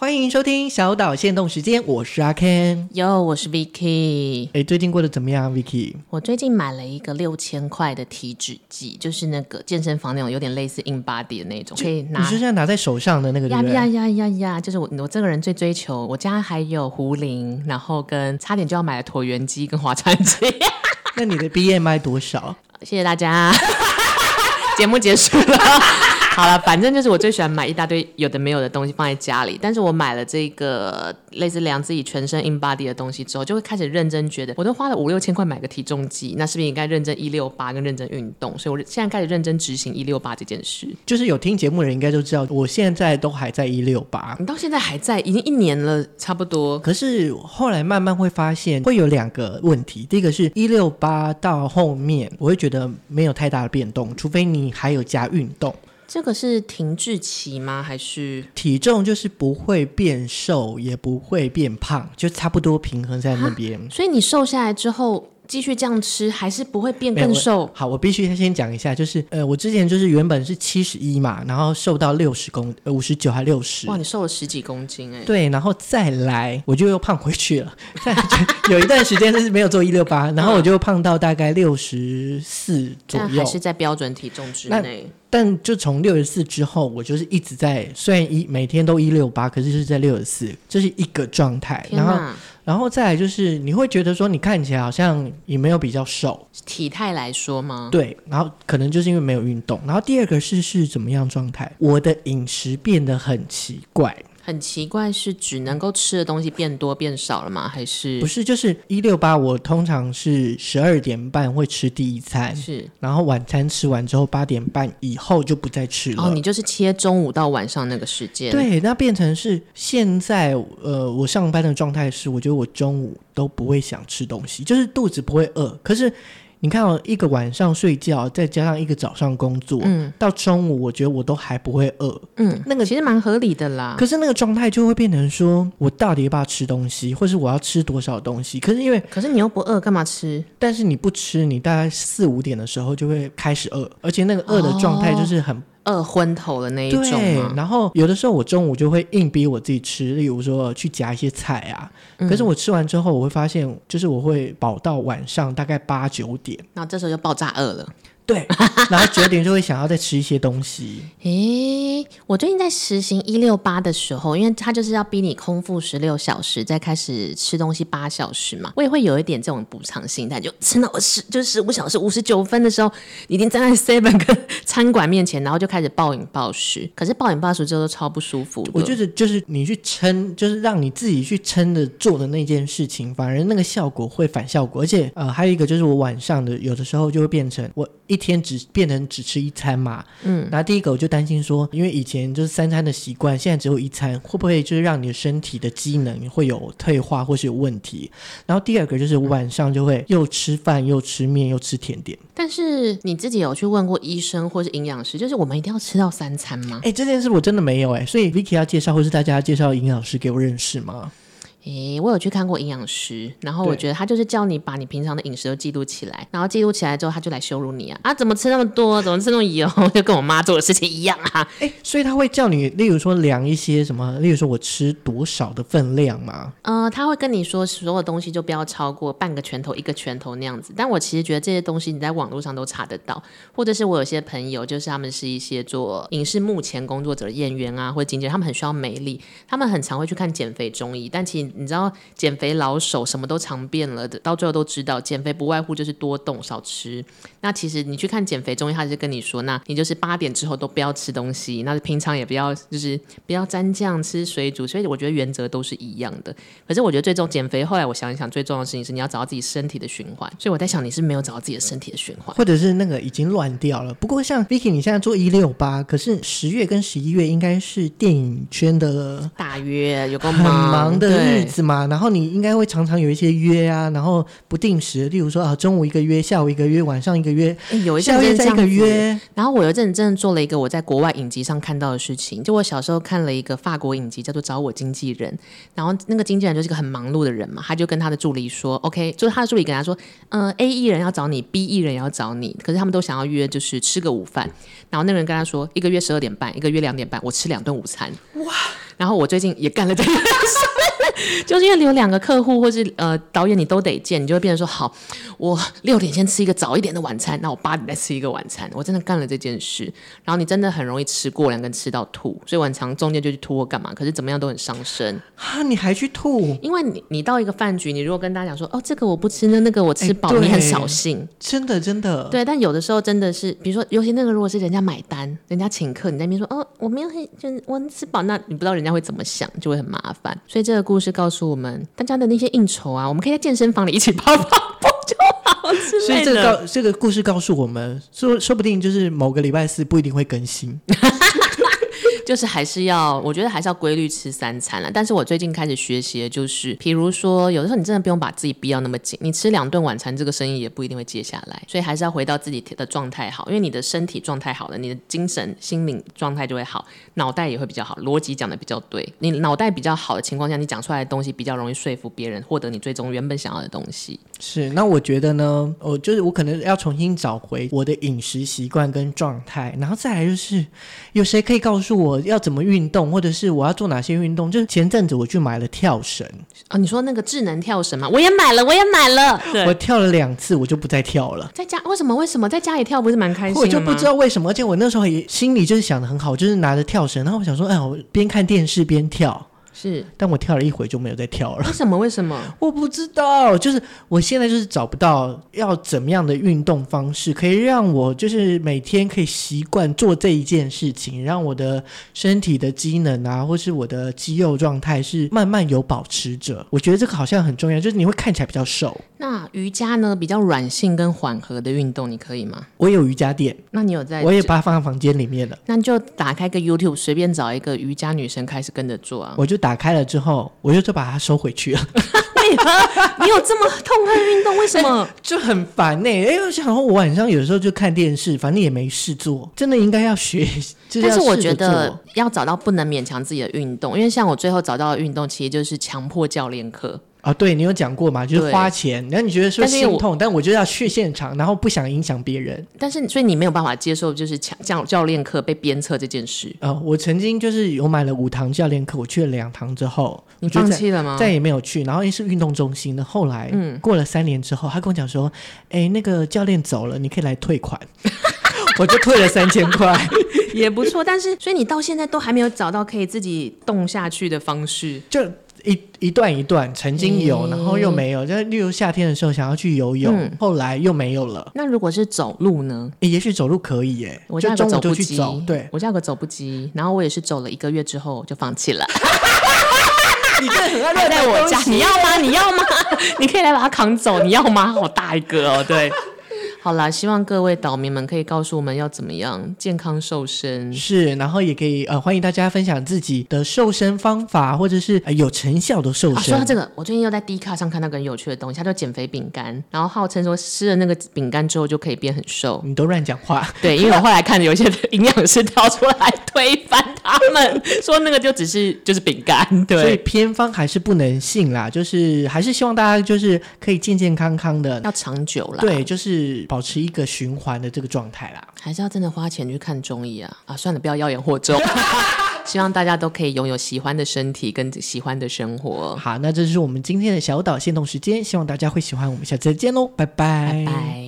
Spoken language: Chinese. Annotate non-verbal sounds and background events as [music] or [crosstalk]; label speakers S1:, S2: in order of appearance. S1: 欢迎收听小岛限动时间，我是阿 Ken。
S2: 哟，我是 Vicky。
S1: 哎，最近过得怎么样，Vicky？
S2: 我最近买了一个六千块的体脂计，就是那个健身房那种有点类似 In Body 的那种，可以拿
S1: 你是现在拿在手上的那个，对
S2: 呀
S1: 不对
S2: 呀呀呀呀！就是我，我这个人最追求，我家还有壶铃，然后跟差点就要买的椭圆机跟划船机。
S1: 那你的 BMI 多少？
S2: 谢谢大家， [laughs] 节目结束了。 [laughs] 好了，反正就是我最喜欢买一大堆有的没有的东西放在家里，但是我买了这个类似量自己全身 in body 的东西之后，就会开始认真觉得，我都花了五六千块买个体重计，那是不是应该认真一六八跟认真运动？所以我现在开始认真执行一六八这件事。
S1: 就是有听节目的人应该都知道，我现在都还在一六八。
S2: 你到现在还在，已经一年了，差不多。
S1: 可是后来慢慢会发现，会有两个问题。第一个是一六八到后面，我会觉得没有太大的变动，除非你还有加运动。
S2: 这个是停滞期吗？还是
S1: 体重就是不会变瘦，也不会变胖，就差不多平衡在那边。
S2: 所以你瘦下来之后继续这样吃，还是不会变
S1: 没有
S2: 更
S1: 我
S2: 瘦？
S1: 好，我必须先讲一下，就是呃，我之前就是原本是七十一嘛，然后瘦到六十公，呃，五十九还六十
S2: 哇，。你瘦了十几公斤哎、
S1: 对，然后再来我就又胖回去了。再来就有一段时间就是没有做一六八，然后我就胖到大概六十四左
S2: 但
S1: 右
S2: 还。是在标准体重之
S1: 那
S2: 内。
S1: 但就从六十四之后，我就是一直在，虽然一每天都一六八，可是就是在六十四，这是一个状态。
S2: 天
S1: 然后，
S2: 哪，
S1: 然后再来就是你会觉得说你看起来好像也没有比较瘦，
S2: 体态来说吗？
S1: 对，然后可能就是因为没有运动。然后第二个是是怎么样状态？我的饮食变得很奇怪，
S2: 很奇怪，是只能够吃的东西变多变少了吗？还是
S1: 不是就是一六八，我通常是十二点半会吃第一餐，
S2: 是？
S1: 然后晚餐吃完之后八点半以后就不再吃了。
S2: 哦，你就是切中午到晚上那个时间。，
S1: 对，那变成是现在，呃，我上班的状态是，我觉得我中午都不会想吃东西，就是肚子不会饿。可是你看、哦，一个晚上睡觉，再加上一个早上工作，
S2: 嗯
S1: 到中午我觉得我都还不会饿。
S2: 嗯，
S1: 那个
S2: 其实蛮合理的啦。
S1: 可是那个状态就会变成说，我到底要不要吃东西，或是我要吃多少东西？可是因为，
S2: 可是你又不饿，干嘛吃？
S1: 但是你不吃，你大概四五点的时候就会开始饿，而且那个饿的状态就是很、
S2: 饿昏头的那一种
S1: 对。
S2: 吗？
S1: 然后有的时候我中午就会硬逼我自己吃，例如说去夹一些菜啊。可是我吃完之后，我会发现，就是我会饱到晚上大概八九点，
S2: 然后这时候就爆炸饿了。
S1: 对， [laughs] 然后九点就会想要再吃一些东西。
S2: 诶，我最近在实行一六八的时候，因为它就是要逼你空腹十六小时，再开始吃东西八小时嘛，我也会有一点这种补偿心态，就吃到我十就是十五小时五十九分的时候，已经站在 seven 跟 [laughs] 餐馆面前，然后就开始暴饮暴食。可是暴饮暴食之后都超不舒服的，
S1: 我觉得就是你去撑，就是让你自己去撑着做的那件事情，反而那个效果会反效果。而且呃，还有一个就是我晚上的有的时候就会变成我一天只变成只吃一餐嘛。嗯，然后第一个我就担心说，因为以前就是三餐的习惯，现在只有一餐，会不会就是让你的身体的机能会有退化或是有问题？然后第二个就是我晚上就会又吃饭又吃面又吃甜点。
S2: 但是你自己有去问过医生或是营养师，就是我们一定要吃到三餐吗？
S1: 哎，这件事我真的没有哎，所以 Vicky 要介绍或是大家要介绍营养师给我认识吗？
S2: 诶，我有去看过营养师，然后我
S1: 对
S2: 觉得他就是叫你把你平常的饮食都记录起来，然后记录起来之后，他就来羞辱你啊啊！怎么吃那么多？怎么吃那么油？ [laughs] 就跟我妈做的事情一样啊！
S1: 哎、所以他会叫你，例如说量一些什么，例如说我吃多少的分量嘛？
S2: 呃，他会跟你说所有东西就不要超过半个拳头、一个拳头那样子。但我其实觉得这些东西你在网络上都查得到，或者是我有些朋友，就是他们是一些做影视幕前工作者的演员啊，或者经纪人，他们很需要美丽，他们很常会去看减肥中医。但其实你知道，减肥老手什么都尝遍了的，到最后都知道，减肥不外乎就是多动少吃。那其实你去看减肥中医，他就跟你说，那你就是八点之后都不要吃东西，那平常也不要就是不要沾酱吃水煮。所以我觉得原则都是一样的。可是我觉得最终减肥，后来我想一想，最重要的事情是你要找到自己身体的循环。所以我在想，你是没有找到自己的身体的循环。
S1: 或者是那个已经乱掉了。不过像 Vicky，你现在做一六八，可是十月跟十一月应该是电影圈的
S2: 大约有个
S1: 很忙的
S2: 对
S1: 日子嘛，然后你应该会常常有一些约啊，然后不定时，例如说啊，中午一个约，下午一个约，晚上一个约，
S2: 诶有一阵
S1: 下
S2: 子
S1: 月
S2: 是
S1: 再
S2: 这
S1: 一
S2: 样
S1: 个
S2: 子
S1: 约。
S2: 然后我有一阵子真的做了一个我在国外影集上看到的事情，就我小时候看了一个法国影集，叫做《找我经纪人》，然后那个经纪人就是一个很忙碌的人嘛，他就跟他的助
S1: [laughs]
S2: 理说，OK，就是他的助理跟他说，嗯、a 艺人要找你，B E 艺人也要找你，可是他们都想要约就是吃个午饭，然后那个人跟他说，一个月十二点半，一个月两点半，我吃两顿午餐，哇，然后我最近也干了这件事， [laughs] 就是因为有两个客户或是呃导演你都得见，你就会变成说好，我六点先吃一个早一点的晚餐，那我八点再吃一个晚餐。我真的干了这件事，然后你真的很容易吃过量跟吃到吐，所以我很常中间就去吐或干嘛，可是怎么样都很伤身。
S1: 啊，你还去吐，
S2: 因为你你到一个饭局，你如果跟大家讲说哦这个我不吃，那那个我吃饱，
S1: 哎对
S2: 你很扫兴。
S1: 真的真的，
S2: 对，但有的时候真的是，比如说，尤其那个如果是人家买单，人家请客，你在那边说哦，我没有很，就是我吃饱，那你不知道人家会怎么想，就会很麻烦。所以这个故事告诉我们，大家的那些应酬啊，我们可以在健身房里一起跑 [laughs] 跑步就好之
S1: 所以
S2: 类
S1: 这个
S2: 的。
S1: 告这个故事告诉我们，说说不定就是某个礼拜四不一定会更新。
S2: 就是还是要，我觉得还是要规律吃三餐了。但是我最近开始学习的就是，比如说有的时候你真的不用把自己逼到那么紧，你吃两顿晚餐，这个生意也不一定会接下来。所以还是要回到自己的状态好，因为你的身体状态好了，你的精神、心灵状态就会好，脑袋也会比较好，逻辑讲的比较对。你脑袋比较好的情况下，你讲出来的东西比较容易说服别人，获得你最终原本想要的东西。
S1: 是，那我觉得呢，我就是我可能要重新找回我的饮食习惯跟状态，然后再来就是有谁可以告诉我要怎么运动，或者是我要做哪些运动？就是前阵子我去买了跳绳，
S2: 啊，你说那个智能跳绳吗？我也买了，我也买了。
S1: 我
S2: 对，
S1: 跳了两次，我就不再跳了。
S2: 在家为什么为什么在家里跳不是蛮开心的吗？
S1: 我就不知道为什么，而且我那时候也心里就是想的很好，就是拿着跳绳，然后我想说，哎呀，我边看电视边跳，
S2: 是
S1: 但我跳了一会就没有再跳了。
S2: 为什么为什么。
S1: 我不知道，就是我现在就是找不到要怎么样的运动方式，可以让我就是每天可以习惯做这一件事情，让我的身体的机能啊，或是我的肌肉状态是慢慢有保持着。我觉得这个好像很重要，就是你会看起来比较瘦。
S2: 那瑜伽呢，比较软性跟缓和的运动，你可以吗？
S1: 我有瑜伽垫，
S2: 那你有在？
S1: 我也把它放在房间里面了。
S2: 那你就打开个 YouTube，随便找一个瑜伽女神开始跟着做 [laughs] 啊。
S1: 我就打开了之后，我就就把它收回去了， [laughs]
S2: 为何啊你有这么痛恨运动？为什么？
S1: 就很烦呢、因为我想说，我晚上有时候就看电视，反正也没事做，真的应该要学。就
S2: 但
S1: 要
S2: 是我
S1: 试
S2: 觉
S1: 着做
S2: 得要找到不能勉强自己的运动，因为像我最后找到的运动，其实就是强迫教练课。
S1: 啊，对你有讲过嘛，就是
S2: 对
S1: 花钱，然后你觉得说
S2: 但是因为
S1: 心
S2: 我
S1: 痛，但我就要去现场，然后不想影响别人。
S2: 但是所以你没有办法接受就是强教教练课被鞭策这件事，
S1: 呃，我曾经就是有买了五堂教练课，我去了两堂之后，
S2: 你
S1: 我就
S2: 放
S1: 再
S2: 弃了吗？嗯
S1: 再也没有去。然后因为是运动中心的，后来过了三年之后，他跟我讲说，哎、那个教练走了，你可以来退款，我就退了三千块。
S2: [laughs] 也不错，但是所以你到现在都还没有找到可以自己动下去的方式。
S1: 就一一段一段，曾经有，然后又没有。就例如夏天的时候想要去游泳，
S2: 嗯
S1: 后来又没有了。
S2: 那如果是走路呢？
S1: 诶也许走路可以耶、
S2: 我家
S1: 就
S2: 有
S1: 中午
S2: 个走
S1: 就
S2: 步
S1: 去
S2: 机，
S1: 走。对，
S2: 我家有个走步机，然后我也是走了一个月之后就放
S1: [laughs]
S2: 弃了。
S1: 你真的 [laughs] 很爱
S2: 还
S1: 乱
S2: 在
S1: 买
S2: 我
S1: 东
S2: 家，
S1: 西
S2: 你要吗？你要吗？ [laughs] 你可以来把它扛走，你要吗？好大一个哦，对。好啦，希望各位岛民们可以告诉我们要怎么样健康瘦身。
S1: 是，然后也可以呃，欢迎大家分享自己的瘦身方法，或者是、呃、有成效的瘦
S2: 啊，
S1: 身。
S2: 说到这个，我最近又在 D 卡上看到个很有趣的东西，它叫减肥饼干，然后号称说吃了那个饼干之后就可以变很瘦。
S1: 你都乱讲话，
S2: 对，因为我后来看有一些营养师跳出来 [laughs] 推翻他们，说那个就只是就是饼干，
S1: 所以
S2: [laughs] 对，
S1: 偏方还是不能信啦，就是还是希望大家就是可以健健康康的，
S2: 要长久啦。
S1: 对，就是保持一个循环的这个状态啦。
S2: 还是要真的花钱去看中医啊！啊，算了，不要妖言惑众。希望大家都可以拥有喜欢的身体跟喜欢的生活。
S1: 好，那这是我们今天的小岛限动时间，希望大家会喜欢，我们下次再见喽，拜
S2: 拜拜。